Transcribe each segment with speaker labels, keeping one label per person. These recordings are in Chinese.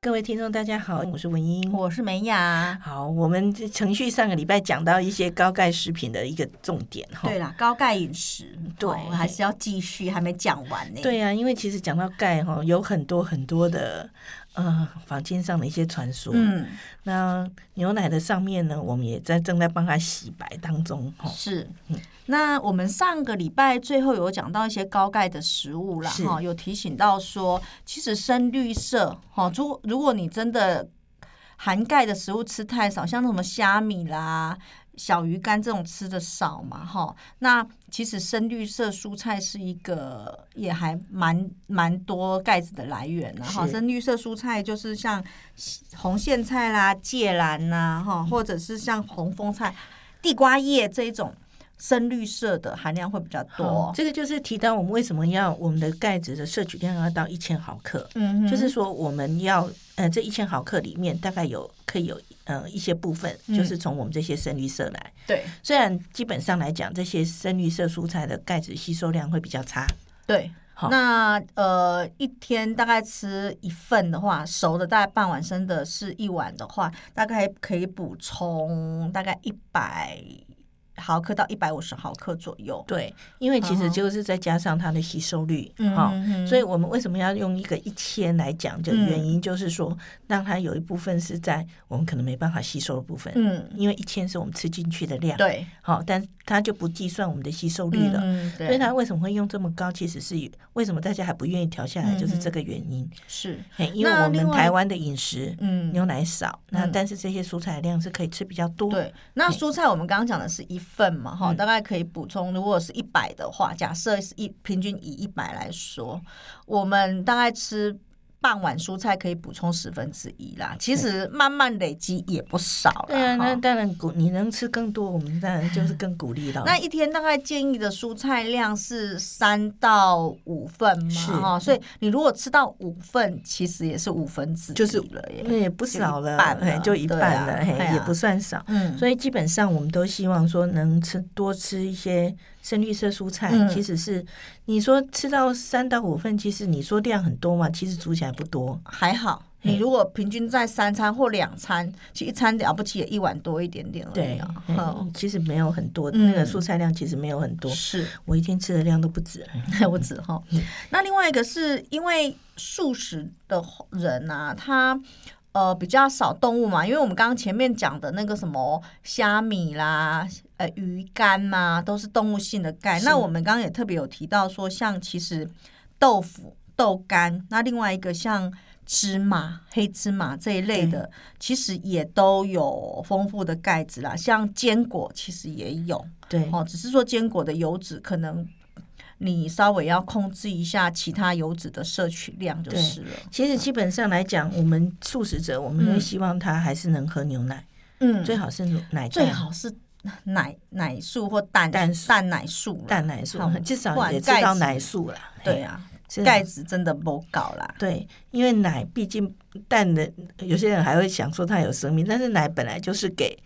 Speaker 1: 各位听众大家好，我是文英。
Speaker 2: 我是美雅。
Speaker 1: 好，我们这程序上个礼拜讲到一些高钙食品的一个重点哈。
Speaker 2: 对啦，高钙饮食，
Speaker 1: 对
Speaker 2: 哦还是要继续，还没讲完呢。，
Speaker 1: 对啊，因为其实讲到钙哈，有很多很多的呃房间上的一些传说。，
Speaker 2: 嗯，
Speaker 1: 那牛奶的上面呢，我们也在正在帮它洗白当中哈。嗯
Speaker 2: 是。那我们上个礼拜最后有讲到一些高钙的食物啦，
Speaker 1: 是
Speaker 2: 哈，有提醒到说，其实深绿色，哈，如果如果你真的含钙的食物吃太少，像什么虾米啦。小鱼干这种吃的少嘛，哈，那其实深绿色蔬菜是一个也还蛮蛮多钙质的来源然后
Speaker 1: 是
Speaker 2: 深绿色蔬菜就是像红苋菜啦、芥蓝呐，哈，或者是像红风菜、地瓜叶这一种深绿色的含量会比较
Speaker 1: 哦
Speaker 2: 多，。
Speaker 1: 这个就是提到我们为什么要我们的钙质的摄取量要到一千毫克。
Speaker 2: 嗯哼，
Speaker 1: 就是说我们要呃这一千毫克里面大概有可以有呃一些部分，
Speaker 2: 嗯
Speaker 1: 就是从我们这些深绿色来。
Speaker 2: 对
Speaker 1: 虽然基本上来讲，这些深绿色蔬菜的钙质吸收量会比较差，
Speaker 2: 对。
Speaker 1: 好
Speaker 2: 那呃，一天大概吃一份的话，熟的大概半碗，生的是一碗的话，大概可以补充大概一百毫克到一百五十毫克左右。
Speaker 1: 对，因为其
Speaker 2: 嗯
Speaker 1: 实
Speaker 2: 哼
Speaker 1: 就是再加上它的吸收率，
Speaker 2: 嗯
Speaker 1: 哈、
Speaker 2: 哼哼嗯
Speaker 1: 所以我们为什么要用一个一千来讲？就原因就是说，让它有一部分是在我们可能没办法吸收的部分，
Speaker 2: 嗯，
Speaker 1: 因为一千是我们吃进去的量，，
Speaker 2: 对，
Speaker 1: 好，但它就不计算我们的吸收率了。
Speaker 2: 嗯对，
Speaker 1: 所以它为什么会用这么高？其实是有为什么大家还不愿意调下来，就是这个原因。
Speaker 2: 是，
Speaker 1: 嘿因
Speaker 2: 嗯
Speaker 1: 为
Speaker 2: 那
Speaker 1: 我
Speaker 2: 另
Speaker 1: 们
Speaker 2: 外
Speaker 1: 台湾的饮食
Speaker 2: 嗯，
Speaker 1: 牛奶少，那
Speaker 2: 嗯
Speaker 1: 但是这些蔬菜量是可以吃比较多。
Speaker 2: 对，那
Speaker 1: 嘿
Speaker 2: 蔬菜我们刚刚讲的是一份嘛，哈、
Speaker 1: 嗯
Speaker 2: 大概可以补充。如果是一百的话，假设是一平均以一百来说，我们大概吃半碗蔬菜可以补充十分之一啦。其实慢慢累积也不少啦。
Speaker 1: 对啊，那
Speaker 2: 哈
Speaker 1: 当然鼓你能吃更多，我们当然就是更鼓励了。
Speaker 2: 那一天大概建议的蔬菜量是三到五份嘛，
Speaker 1: 是
Speaker 2: 哈，所以你如果吃到五份，其实也是五分之一
Speaker 1: 就是
Speaker 2: 了耶，
Speaker 1: 那也不少
Speaker 2: 就一
Speaker 1: 了，
Speaker 2: 半
Speaker 1: 嘿
Speaker 2: 了
Speaker 1: 就一
Speaker 2: 对
Speaker 1: 半
Speaker 2: 啊
Speaker 1: 了，
Speaker 2: 哎呀
Speaker 1: 嘿，也不算少。
Speaker 2: 嗯，
Speaker 1: 所以基本上我们都希望说能吃多吃一些深绿色蔬菜，
Speaker 2: 嗯
Speaker 1: 其实是你说吃到三到五份，其实你说量很多嘛，其实煮起来不多。
Speaker 2: 还好。
Speaker 1: 嗯
Speaker 2: 你如果平均在三餐或两餐，其实一餐了不起也一碗多一点点而已
Speaker 1: 对
Speaker 2: 啊，。
Speaker 1: 嗯
Speaker 2: 嗯
Speaker 1: 其实没有很多，
Speaker 2: 嗯
Speaker 1: 那个蔬菜量其实没有很多，
Speaker 2: 是
Speaker 1: 我一天吃的量都不止。
Speaker 2: 我只哈。那另外一个是因为素食的人啊，他呃比较少动物嘛，因为我们刚刚前面讲的那个什么虾米啦、呃鱼干呐、都是动物性的钙。
Speaker 1: 是
Speaker 2: 那我们刚刚也特别有提到说，像其实豆腐、豆干，那另外一个像芝麻、黑芝麻这一类的，其实也都有丰富的钙质啦。像坚果其实也有
Speaker 1: 对，
Speaker 2: 哦，只是说坚果的油脂可能你稍微要控制一下其他油脂的摄取量就是了。
Speaker 1: 其实基本上来讲，我们素食者，我们
Speaker 2: 嗯
Speaker 1: 会希望他还是能喝牛奶，
Speaker 2: 嗯，
Speaker 1: 最好是奶
Speaker 2: 最
Speaker 1: 蛋
Speaker 2: 好是奶奶素或蛋
Speaker 1: 蛋素
Speaker 2: 蛋奶素啦
Speaker 1: 蛋奶素
Speaker 2: 好，
Speaker 1: 至
Speaker 2: 不
Speaker 1: 少
Speaker 2: 然
Speaker 1: 也吃
Speaker 2: 钙
Speaker 1: 到
Speaker 2: 质
Speaker 1: 奶素啦。
Speaker 2: 对
Speaker 1: 嘿，
Speaker 2: 啊，
Speaker 1: 是啊
Speaker 2: 钙质真的不高啦。
Speaker 1: 对，因为奶毕竟蛋的，有些人还会想说它有生命，但是奶本来就是给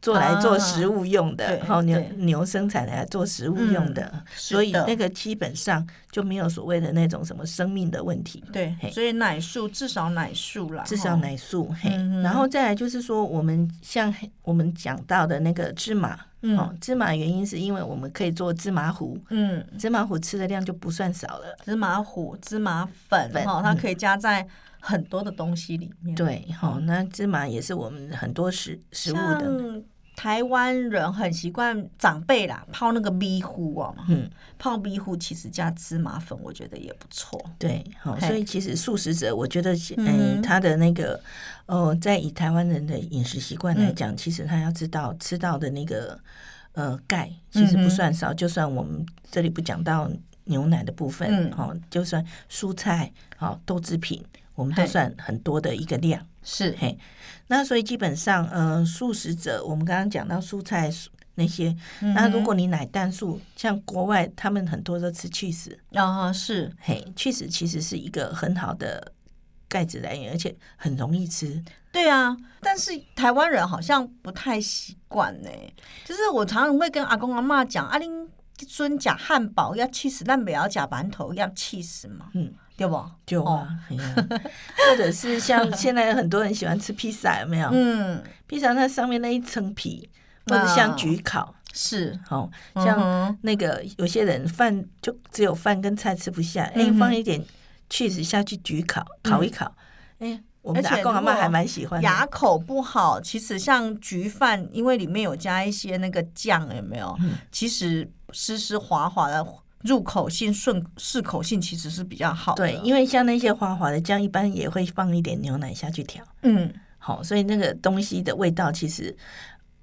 Speaker 1: 做来做
Speaker 2: 啊
Speaker 1: 食物用的，
Speaker 2: 对
Speaker 1: 然后牛
Speaker 2: 对嗯
Speaker 1: 牛生产来做食物用的，所以
Speaker 2: 是的
Speaker 1: 那个基本上就没有所谓的那种什么生命的问题。
Speaker 2: 对
Speaker 1: 嘿，
Speaker 2: 所以奶素至少奶素啦，
Speaker 1: 至少
Speaker 2: 吼
Speaker 1: 奶素，嘿，
Speaker 2: 哦嗯哼
Speaker 1: 然后再来就是说，我们像我们讲到的那个芝麻，
Speaker 2: 嗯
Speaker 1: 哦，芝麻原因是因为我们可以做芝麻糊，
Speaker 2: 嗯。
Speaker 1: 芝麻糊吃的量就不算少了。
Speaker 2: 芝麻糊、芝麻粉
Speaker 1: 粉
Speaker 2: 哈、它
Speaker 1: 嗯
Speaker 2: 可以加在很多的东西里面。，
Speaker 1: 对，好、那芝麻也是我们很多食食物的，
Speaker 2: 像台湾人很习惯长辈啦泡那个米糊哦，
Speaker 1: 嗯，
Speaker 2: 泡米糊其实加芝麻粉，我觉得也不错。
Speaker 1: 对，好、
Speaker 2: 嘿
Speaker 1: 所以其实素食者，我觉得，
Speaker 2: 嗯
Speaker 1: 嗯，他的那个，呃
Speaker 2: 嗯
Speaker 1: 哦，在以台湾人的饮食习惯来讲，其实他要知道吃到的那个。呃钙
Speaker 2: 嗯
Speaker 1: 其实不算少，就算我们这里不讲到牛奶的部分，
Speaker 2: 嗯
Speaker 1: 哦，就算蔬菜、哦豆制品，我们都
Speaker 2: 嘿
Speaker 1: 算很多的一个量。
Speaker 2: 是
Speaker 1: 嘿，那所以基本上，呃，素食者，我们刚刚讲到蔬菜蔬那些，
Speaker 2: 嗯
Speaker 1: 那如果你奶蛋素，像国外他们很多都吃 cheese，
Speaker 2: 啊是
Speaker 1: 嘿，cheese 其实是一个很好的钙质来源，而且很容易吃。
Speaker 2: 对啊，但是台湾人好像不太习惯呢。就是我常常会跟阿公阿妈讲，啊阿玲孙假汉堡要气死，但不要假馒头要气死嘛，
Speaker 1: 嗯，
Speaker 2: 对不？
Speaker 1: 就
Speaker 2: 哦，
Speaker 1: 啊，嘿啊或者是像现在很多人喜欢吃披萨，有没有？
Speaker 2: 嗯，
Speaker 1: 披萨它上面那一层皮，或者
Speaker 2: 啊
Speaker 1: 像焗烤，
Speaker 2: 是
Speaker 1: 哦，
Speaker 2: 嗯
Speaker 1: 像
Speaker 2: 哼
Speaker 1: 那个有些人饭就只有饭跟菜吃不下，哎、
Speaker 2: 嗯哼嗯
Speaker 1: 放一点 cheese 下去焗烤，烤一烤，哎、我们的
Speaker 2: 而且
Speaker 1: 阿公阿
Speaker 2: 如
Speaker 1: 妈
Speaker 2: 果
Speaker 1: 还蛮喜欢的。
Speaker 2: 牙口不好，其实像焗饭，因为里面有加一些那个酱，有没有？
Speaker 1: 嗯
Speaker 2: 其实湿湿滑滑的，入口性顺适口性其实是比较好的。
Speaker 1: 对，因为像那些滑滑的酱，一般也会放一点牛奶下去调，
Speaker 2: 嗯，
Speaker 1: 好、所以那个东西的味道其实，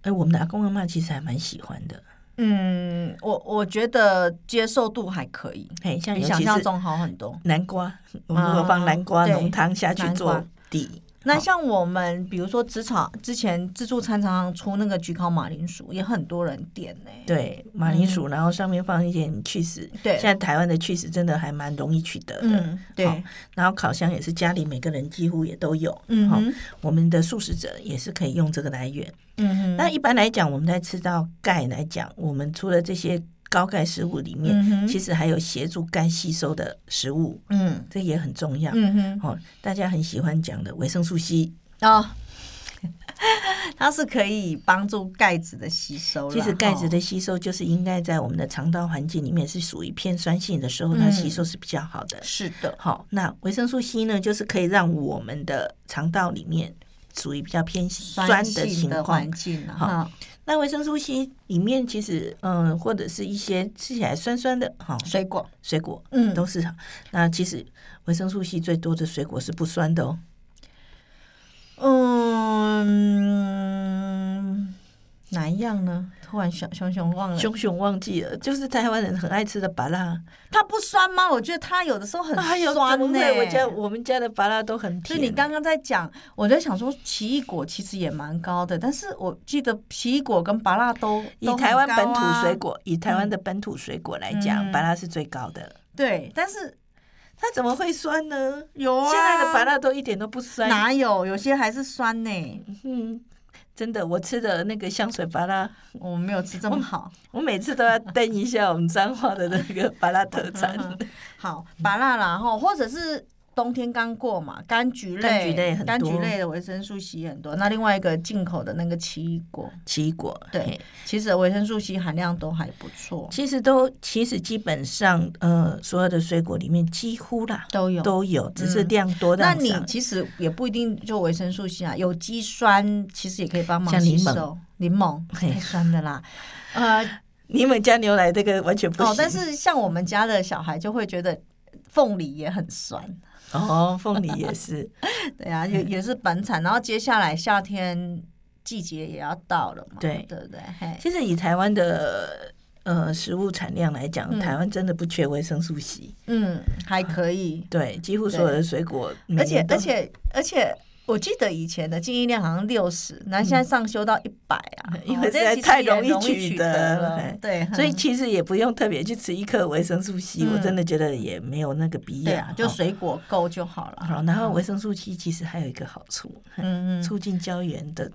Speaker 1: 哎、我们的阿公阿妈其实还蛮喜欢的。
Speaker 2: 嗯，我我觉得接受度还可以，
Speaker 1: 哎，像
Speaker 2: 比
Speaker 1: 尤
Speaker 2: 想
Speaker 1: 其
Speaker 2: 象
Speaker 1: 是
Speaker 2: 中好很多。
Speaker 1: 南瓜，我们如果放南瓜
Speaker 2: 对
Speaker 1: 浓汤下去
Speaker 2: 南瓜
Speaker 1: 做底，
Speaker 2: 那
Speaker 1: 好
Speaker 2: 像我们比如说职场之前自助餐常常出那个焗烤马铃薯，也很多人点呢、
Speaker 1: 对马铃薯，然后上面放一点 cheese。
Speaker 2: 嗯对
Speaker 1: 现在台湾的 cheese 真的还蛮容易取得的。
Speaker 2: 嗯，
Speaker 1: 好
Speaker 2: 对，
Speaker 1: 然后烤箱也是家里每个人几乎也都有，
Speaker 2: 嗯
Speaker 1: 好、
Speaker 2: 哼，
Speaker 1: 我们的素食者也是可以用这个来源。
Speaker 2: 嗯哼，
Speaker 1: 那一般来讲，我们在吃到钙来讲，我们除了这些高钙食物里面，
Speaker 2: 嗯哼，
Speaker 1: 其实还有协助钙吸收的食物，
Speaker 2: 嗯
Speaker 1: 这也很重要。
Speaker 2: 嗯哼，
Speaker 1: 哦，大家很喜欢讲的维生素 C，
Speaker 2: 哦， 它是可以帮助钙质的吸收啦。
Speaker 1: 其实钙质
Speaker 2: 哦
Speaker 1: 的吸收就是应该在我们的肠道环境里面是属于偏酸性的时候，它
Speaker 2: 嗯
Speaker 1: 吸收是比较好的。
Speaker 2: 是的，
Speaker 1: 好，那维生素 C 呢，就是可以让我们的肠道里面属于比较偏酸的
Speaker 2: 性
Speaker 1: 情
Speaker 2: 的
Speaker 1: 况
Speaker 2: 环。境啊，
Speaker 1: 好
Speaker 2: 哈
Speaker 1: 那维生素 C 里面其实，嗯，或者是一些吃起来酸酸的哈、
Speaker 2: 水果，
Speaker 1: 水果
Speaker 2: 嗯，
Speaker 1: 都是。那其实维生素 C 最多的水果是不酸的哦。
Speaker 2: 嗯，哪一样呢？突然熊熊熊忘了，
Speaker 1: 熊熊忘记了，就是台湾人很爱吃的芭乐。
Speaker 2: 它不酸吗？我觉得它有的时候很
Speaker 1: 哎呦，
Speaker 2: 酸
Speaker 1: 怎
Speaker 2: 呢、
Speaker 1: 么会？我家我们家的芭乐都很
Speaker 2: 所
Speaker 1: 甜。
Speaker 2: 以你刚刚在讲，我在想说奇异果其实也蛮高的，但是我记得奇异果跟芭辣都
Speaker 1: 以
Speaker 2: 都很
Speaker 1: 台湾
Speaker 2: 高
Speaker 1: 本土
Speaker 2: 啊
Speaker 1: 水果，以台湾的本土水果来讲，
Speaker 2: 嗯
Speaker 1: 芭乐是最高的。
Speaker 2: 对，但是
Speaker 1: 它怎么会酸呢？
Speaker 2: 有啊，
Speaker 1: 现在的芭乐都一点都不酸。
Speaker 2: 哪有？有些还是酸呢、
Speaker 1: 嗯，真的，我吃的那个香水芭拉，
Speaker 2: 我没有吃这么好。
Speaker 1: 我每次都要登一下我们彰化的那个芭拉特
Speaker 2: 嗯
Speaker 1: 产。
Speaker 2: 好，芭辣啦吼，或者是冬天刚过嘛，柑橘类、
Speaker 1: 柑橘类很多
Speaker 2: 柑橘类的维生素 C 很多。那另外一个进口的那个奇异果，
Speaker 1: 奇异果，
Speaker 2: 对
Speaker 1: 嘿，
Speaker 2: 其实维生素 C 含量都还不错，
Speaker 1: 其实都其实基本上，呃，所有的水果里面几乎啦
Speaker 2: 都有。
Speaker 1: 都有，只是量多
Speaker 2: 嗯那
Speaker 1: 量
Speaker 2: 你
Speaker 1: 少。
Speaker 2: 其实也不一定就维生素 C 啊，有机酸其实也可以帮忙
Speaker 1: 像
Speaker 2: 吸
Speaker 1: 柠檬
Speaker 2: 收。柠檬
Speaker 1: 嘿
Speaker 2: 太酸的啦，呃，
Speaker 1: 你们家牛奶这个完全不行。
Speaker 2: 哦，但是像我们家的小孩就会觉得凤梨也很酸，
Speaker 1: 哦，凤梨也是，
Speaker 2: 对啊，
Speaker 1: 嗯
Speaker 2: 也也是本产，然后接下来夏天季节也要到了嘛，
Speaker 1: 对
Speaker 2: 对不对？嘿，
Speaker 1: 其实以台湾的。呃，食物产量来讲，
Speaker 2: 嗯
Speaker 1: 台湾真的不缺维生素 C，
Speaker 2: 嗯，还可以，
Speaker 1: 对，几乎所有的水果，每
Speaker 2: 而且
Speaker 1: 年都
Speaker 2: 而且而且，我记得以前的禁忌量好像六十，那现在上修到一百啊，
Speaker 1: 嗯因
Speaker 2: 哦
Speaker 1: 为
Speaker 2: 这
Speaker 1: 实在
Speaker 2: 其实
Speaker 1: 太
Speaker 2: 也
Speaker 1: 容易
Speaker 2: 容
Speaker 1: 取
Speaker 2: 取
Speaker 1: 得
Speaker 2: 得
Speaker 1: 了
Speaker 2: 了
Speaker 1: 嘿，
Speaker 2: 对，
Speaker 1: 所以
Speaker 2: 嗯
Speaker 1: 其实也不用特别去吃一颗维生素 C，、
Speaker 2: 嗯
Speaker 1: 我真的觉得也没有那个必要。
Speaker 2: 对啊，就
Speaker 1: 哦
Speaker 2: 水果够就好了。
Speaker 1: 好，然后维生素 C 其实还有一个好处，
Speaker 2: 嗯嗯，
Speaker 1: 促进胶原的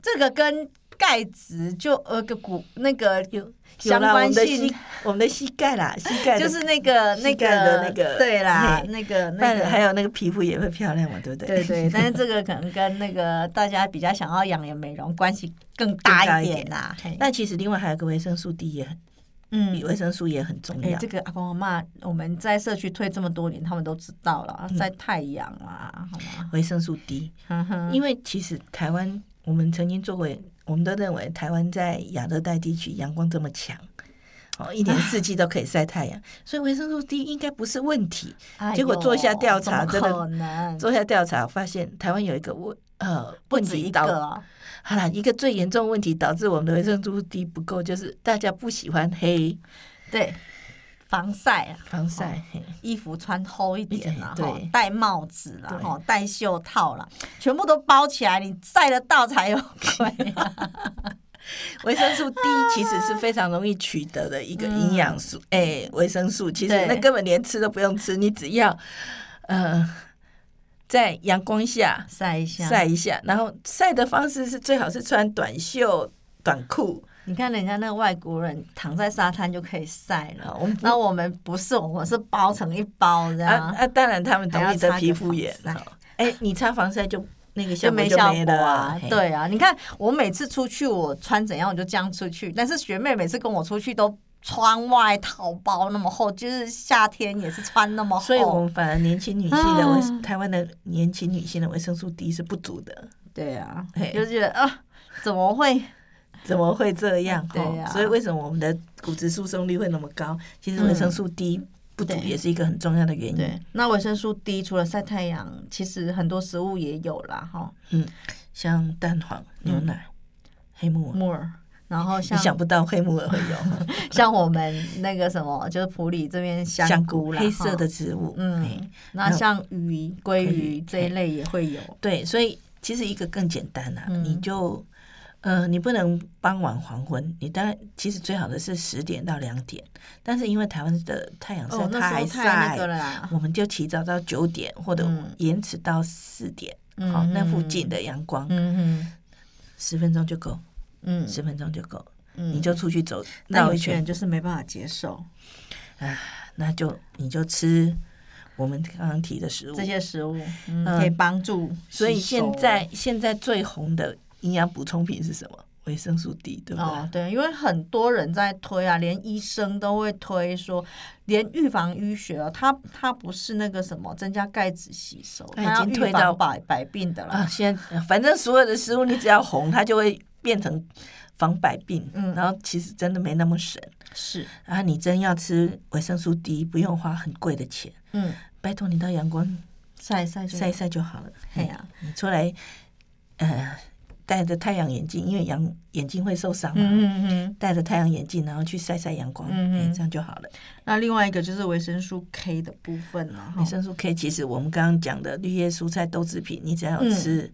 Speaker 2: 这个跟钙质就呃个骨那个
Speaker 1: 有有
Speaker 2: 相
Speaker 1: 啦，我
Speaker 2: 关
Speaker 1: 们的
Speaker 2: 性
Speaker 1: 膝，我们的膝 盖啦，膝盖的
Speaker 2: 就是那个
Speaker 1: 膝
Speaker 2: 那个
Speaker 1: 盖的那个
Speaker 2: 对啦，
Speaker 1: 嘿
Speaker 2: 那个那
Speaker 1: 但
Speaker 2: 个
Speaker 1: 还有那个皮肤也会漂亮嘛，对不对？
Speaker 2: 啊对对，但是这个可能跟那个大家比较想要养颜美容关系更大一点啦。嘿
Speaker 1: 那其实另外还有个维生素 D 也很，
Speaker 2: 嗯
Speaker 1: 比维生素也很重
Speaker 2: 哎、
Speaker 1: 要
Speaker 2: 这。个阿公阿妈，我们在社区推这么多年，他们都知道了，
Speaker 1: 嗯
Speaker 2: 晒太阳啦，好吗？
Speaker 1: 维生素 D，
Speaker 2: 哼哼
Speaker 1: 因为其实台湾我们曾经做过，我们都认为台湾在亚热带地区阳光这么强。哦，一年四季都可以晒太阳，所以维生素 D 应该不是问题。
Speaker 2: 哎呦
Speaker 1: 结果做下调查
Speaker 2: 怎么
Speaker 1: 真的
Speaker 2: 可能
Speaker 1: 做下调查发现，台湾有一个问呃
Speaker 2: 不
Speaker 1: 问
Speaker 2: 止
Speaker 1: 题
Speaker 2: 一
Speaker 1: 导
Speaker 2: 个啊，
Speaker 1: 好啦，一个最严重的问题导致我们的维生素 D 不够，就是大家不喜欢黑
Speaker 2: 对，防晒啊，
Speaker 1: 防晒。嘿
Speaker 2: 衣服穿厚一点啦，
Speaker 1: 对
Speaker 2: 哈，戴帽子啦，
Speaker 1: 对
Speaker 2: 哈，戴袖套啦，全部都包起来，你晒得到才有鬼啊！
Speaker 1: 维生素 D 其实是非常容易取得的一个营养素，哎、维生素其
Speaker 2: 嗯
Speaker 1: 实
Speaker 2: 对
Speaker 1: 那根本连吃都不用吃，你只要呃在阳光下
Speaker 2: 晒一下，
Speaker 1: 晒一下，然后晒的方式是最好是穿短袖短裤
Speaker 2: 你看人家那个外国人躺在沙滩就可以晒了，
Speaker 1: 啊，我们不
Speaker 2: 那我们不是，我们是包成一包这
Speaker 1: 啊
Speaker 2: 样，
Speaker 1: 啊，当然他们懂你的皮肤炎
Speaker 2: 还要擦个防，
Speaker 1: 哎、你擦防晒就那个效
Speaker 2: 就
Speaker 1: 果
Speaker 2: 没
Speaker 1: 就
Speaker 2: 效
Speaker 1: 没
Speaker 2: 果
Speaker 1: 了
Speaker 2: 啊。
Speaker 1: 嘿
Speaker 2: 对啊，你看我每次出去，我穿怎样我就这样出去，但是学妹每次跟我出去都。穿外套包那么厚，就是夏天也是穿那么厚，
Speaker 1: 所以我们反而年轻女性的维、
Speaker 2: 哦啊
Speaker 1: 台湾的年轻女性的维生素 D 是不足的，
Speaker 2: 对啊
Speaker 1: 嘿，
Speaker 2: 就觉得啊，怎么会？
Speaker 1: 怎么会这样？
Speaker 2: 对
Speaker 1: 哦
Speaker 2: 呀
Speaker 1: 所以为什么我们的骨质疏松率会那么高？其实维生素 D 不足
Speaker 2: 嗯对
Speaker 1: 也是一个很重要的原因。
Speaker 2: 对，那维生素 D 除了晒太阳，其实很多食物也有啦，哈，
Speaker 1: 像蛋黄、牛奶、黑木耳，
Speaker 2: 木耳，然后
Speaker 1: 你
Speaker 2: 嗯像
Speaker 1: 想不到黑木耳 会有
Speaker 2: 像我们那个什么，就是普里这边香菇啦，
Speaker 1: 黑色的
Speaker 2: 哈，
Speaker 1: 植物。嘿
Speaker 2: 嗯，那像鱼、鲑鱼
Speaker 1: 嘿
Speaker 2: 这一类也会有，
Speaker 1: 对，所以其实一个更简单啊，
Speaker 2: 嗯
Speaker 1: 你就。呃，你不能傍晚黄昏，你当然其实最好的是十点到两点，但是因为台湾的太阳
Speaker 2: 哦
Speaker 1: 晒，
Speaker 2: 那
Speaker 1: 太
Speaker 2: 时候
Speaker 1: 晒、
Speaker 2: 太那个了啦，
Speaker 1: 我们就提早到九点或者
Speaker 2: 嗯
Speaker 1: 延迟到四点，
Speaker 2: 嗯
Speaker 1: 好、那附近的阳光
Speaker 2: 嗯哼
Speaker 1: 十分钟就够，
Speaker 2: 嗯
Speaker 1: 十分钟就够，
Speaker 2: 嗯
Speaker 1: 你就出去走
Speaker 2: 那
Speaker 1: 绕
Speaker 2: 有
Speaker 1: 一
Speaker 2: 些人
Speaker 1: 圈，
Speaker 2: 就是没办法接受
Speaker 1: 那就你就吃我们刚刚提的食物
Speaker 2: 这。些食物，嗯，
Speaker 1: 嗯
Speaker 2: 可以帮助吸收。
Speaker 1: 所以现在现在最红的营养补充品是什么？维生素 D，对不对？
Speaker 2: 哦，对，因为很多人在推啊，连医生都会推说，连预防淤血哦，它它不是那个什么增加钙质吸收，
Speaker 1: 它已
Speaker 2: 它要
Speaker 1: 经
Speaker 2: 预
Speaker 1: 推
Speaker 2: 防
Speaker 1: 到
Speaker 2: 百百病的
Speaker 1: 啊，
Speaker 2: 啦。
Speaker 1: 现在反正所有的食物你只要红，它就会变成防百病。
Speaker 2: 嗯
Speaker 1: 然后其实真的没那么神
Speaker 2: 是，
Speaker 1: 啊，你真要吃维生素 D，不用花很贵的钱，
Speaker 2: 嗯，
Speaker 1: 拜托你到阳光
Speaker 2: 晒一晒就
Speaker 1: 晒一，晒就好了。
Speaker 2: 哎呀，
Speaker 1: 你出来，呃，戴着太阳眼镜，因为阳眼睛会受伤嘛，
Speaker 2: 嗯嗯嗯。
Speaker 1: 戴着太阳眼镜，然后去晒晒阳光，
Speaker 2: 嗯
Speaker 1: 哎
Speaker 2: 嗯
Speaker 1: 这样就好了。
Speaker 2: 那另外一个就是维生素 K 的部分了哈
Speaker 1: 嗯维，生素 K 其实我们刚刚讲的绿叶蔬菜豆制品，你只要有吃，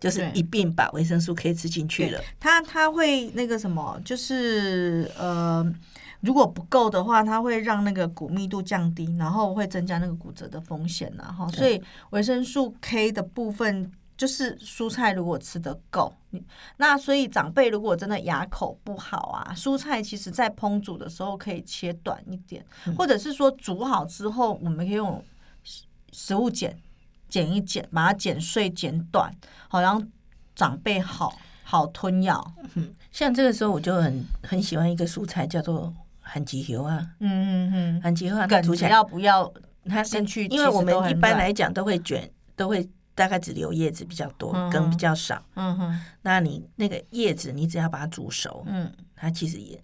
Speaker 1: 就是
Speaker 2: 对
Speaker 1: 一并把维生素 K 吃进去了。
Speaker 2: 它它会那个什么，就是呃，如果不够的话，它会让那个骨密度降低，然后会增加那个骨折的风险然后所以维生素 K 的部分。就是蔬菜如果吃得够，你那所以长辈如果真的牙口不好啊，蔬菜其实在烹煮的时候可以切短一点，
Speaker 1: 嗯
Speaker 2: 或者是说煮好之后，我们可以用食食物剪剪一剪，把它剪碎剪短，好让长辈好好吞咬。
Speaker 1: 像这个时候，我就很很喜欢一个蔬菜，叫做含棘油啊，
Speaker 2: 嗯嗯
Speaker 1: 含棘油啊，它
Speaker 2: 梗
Speaker 1: 煮起
Speaker 2: 只
Speaker 1: 来，
Speaker 2: 要不要
Speaker 1: 它
Speaker 2: 进去
Speaker 1: 因为我
Speaker 2: 其实都
Speaker 1: 们
Speaker 2: 很
Speaker 1: 一般
Speaker 2: 软
Speaker 1: 来讲都会卷，都会大概只留叶子比较多
Speaker 2: 嗯，
Speaker 1: 梗
Speaker 2: 嗯
Speaker 1: 比较少。
Speaker 2: 嗯哼
Speaker 1: 那你那个叶子，你只要把它煮熟，
Speaker 2: 嗯
Speaker 1: 它其实也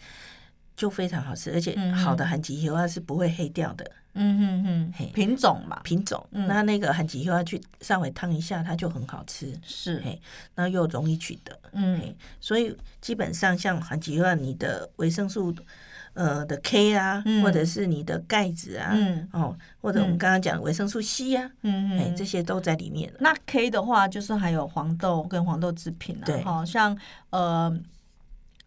Speaker 1: 就非常好吃，而且
Speaker 2: 嗯
Speaker 1: 好的含棘油啊是不会黑掉的
Speaker 2: 嗯哼哼
Speaker 1: 嘿
Speaker 2: 哼，品种嘛
Speaker 1: 品种。
Speaker 2: 嗯
Speaker 1: 那那个含棘油啊去稍微烫一下，它就很好吃，
Speaker 2: 是
Speaker 1: 嘿那又容易取得。
Speaker 2: 嗯
Speaker 1: 所以基本上像含棘油啊，你的维生素呃的 K 啊，
Speaker 2: 嗯
Speaker 1: 或者是你的钙质啊，
Speaker 2: 嗯
Speaker 1: 哦，或者我们
Speaker 2: 嗯
Speaker 1: 刚刚讲的维生素 C 啊，
Speaker 2: 嗯
Speaker 1: 哎、
Speaker 2: 嗯
Speaker 1: 这些都在里面了。
Speaker 2: 那 K 的话，就是还有黄豆跟黄豆制品啊
Speaker 1: 对，
Speaker 2: 好、像呃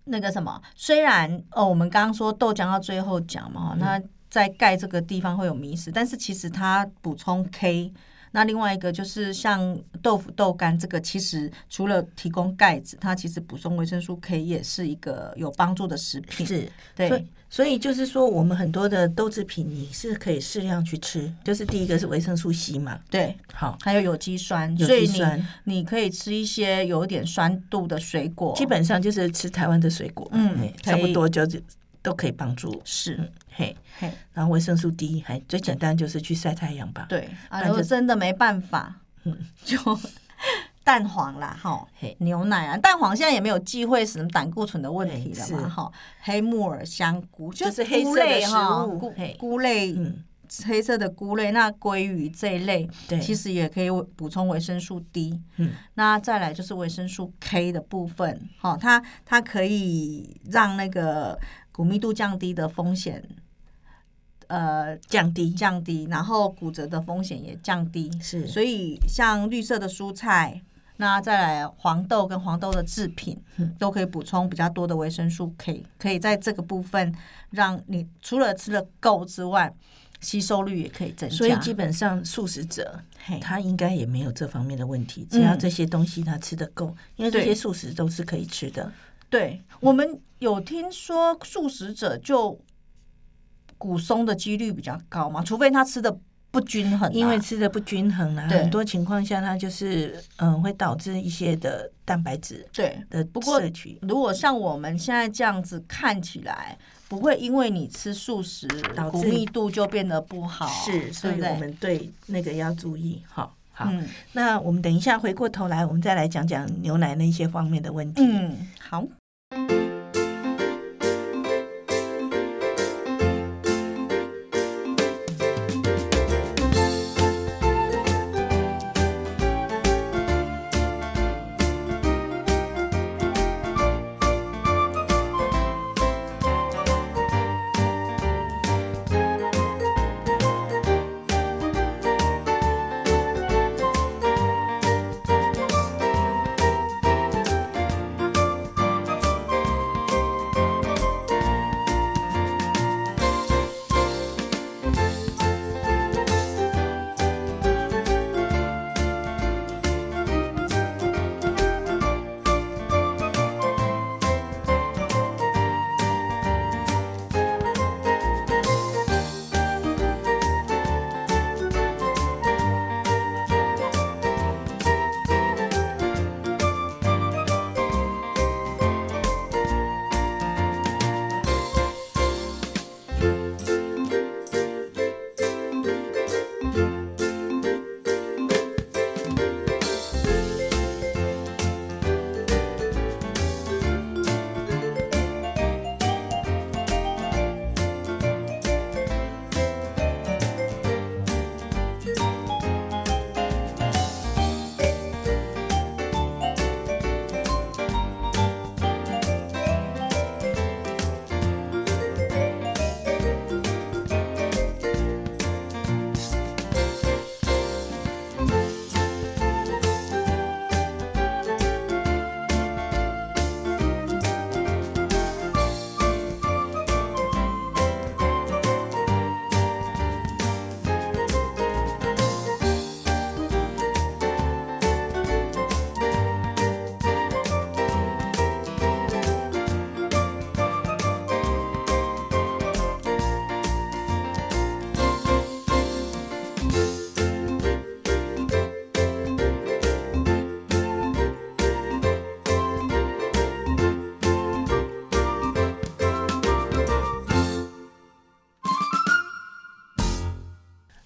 Speaker 2: 那个什么，虽然呃我们刚刚说豆浆到最后讲
Speaker 1: 嗯
Speaker 2: 嘛，哦那在钙这个地方会有迷失，但是其实它补充 K。那另外一个就是像豆腐、豆干这个，其实除了提供钙质，它其实补充维生素 K 也是一个有帮助的食品。
Speaker 1: 是，所
Speaker 2: 对
Speaker 1: 以，所以就是说，我们很多的豆制品你是可以适量去吃，就是第一个是维生素 C 嘛，
Speaker 2: 对，
Speaker 1: 好，
Speaker 2: 还有有机酸，
Speaker 1: 有
Speaker 2: 所
Speaker 1: 机
Speaker 2: 以你
Speaker 1: 酸，
Speaker 2: 你可以吃一些有一点酸度的水果，
Speaker 1: 基本上就是吃台湾的水果，
Speaker 2: 嗯可
Speaker 1: 嘿
Speaker 2: 以
Speaker 1: 差不多就是都可以帮助，
Speaker 2: 是
Speaker 1: 嗯，嘿，
Speaker 2: 嘿。
Speaker 1: 然后维生素 D 还最简单就是去晒太阳吧，，
Speaker 2: 对啊，
Speaker 1: 那
Speaker 2: 如果
Speaker 1: 就嗯
Speaker 2: 真的没办法， 就蛋黄啦，哈
Speaker 1: 嘿，
Speaker 2: 牛奶啊，蛋黄现在也没有忌讳什么胆固醇的问
Speaker 1: 嘿
Speaker 2: 题了
Speaker 1: 哎是
Speaker 2: 嘛，哈，黑木耳、香菇，
Speaker 1: 就是是黑
Speaker 2: 菇
Speaker 1: 色的
Speaker 2: 类
Speaker 1: 食
Speaker 2: 哈
Speaker 1: 物
Speaker 2: 菇
Speaker 1: 嘿
Speaker 2: 菇类
Speaker 1: 嗯，
Speaker 2: 黑色的菇类，那鲑鱼这一类，
Speaker 1: 对，
Speaker 2: 其实也可以补充维生素 D。
Speaker 1: 嗯，
Speaker 2: 那再来就是维生素 K 的部分，好、它它可以让那个骨密度降低的风险，呃，
Speaker 1: 降低
Speaker 2: 降低，然后骨折的风险也降低。
Speaker 1: 是
Speaker 2: 嗯所以像绿色的蔬菜，那再来黄豆跟黄豆的制品，
Speaker 1: 嗯
Speaker 2: 都可以补充比较多的维生素 K，可以在这个部分让你除了吃的够之外，吸收率也可以增加。
Speaker 1: 所以基本上素食者
Speaker 2: 嘿
Speaker 1: 他应该也没有这方面的问题，只要
Speaker 2: 嗯
Speaker 1: 这些东西他吃得够，因为这
Speaker 2: 对
Speaker 1: 些素食都是可以吃的。
Speaker 2: 对我们有听说素食者就骨松的几率比较高嘛，除非他吃的不均衡啊、
Speaker 1: 因为吃的不均衡啦、
Speaker 2: 对
Speaker 1: 很多情况下它就是嗯会导致一些的蛋白质
Speaker 2: 对。
Speaker 1: 的
Speaker 2: 不过
Speaker 1: 摄取，
Speaker 2: 如果像我们现在这样子看起来，不会因为你吃素食
Speaker 1: 导，致
Speaker 2: 骨密度就变得不好，
Speaker 1: 是，所
Speaker 2: 哦对
Speaker 1: 以
Speaker 2: 不对
Speaker 1: 我们啊对那个要注意。好，好，
Speaker 2: 嗯
Speaker 1: 那我们等一下回过头来，我们再来讲讲牛奶那些方面的问题。
Speaker 2: 嗯，好，